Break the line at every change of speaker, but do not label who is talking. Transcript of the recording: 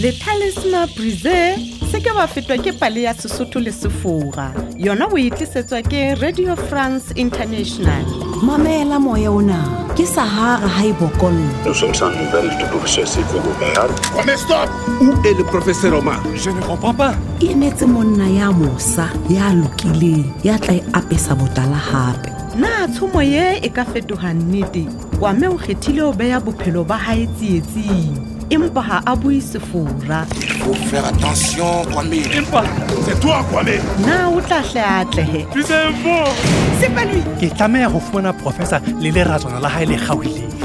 le talisman brise se ke wa fetwa ke pale ya sesotho le sefora yona o e tlisetswa ke radio france international
mamela moya ona ke sahara ha e bokolla
Nous sommes sans nouvelles du professeur Sylvain Goubert.
Où est le professeur Omar
e emetse monna ya mosa ya lokileng ya tla e apesa botala hape
na tshomo ye e ka fetoga nnete kwame o kgethile o beya bophelo ba hae tsietsing empa ha a bue sefora
Faut faire attention, Kwame.
C'est toi, Kwame
na o tla hle atlege
ke tlameya go fumana professor le leratswana la gae le gaoileng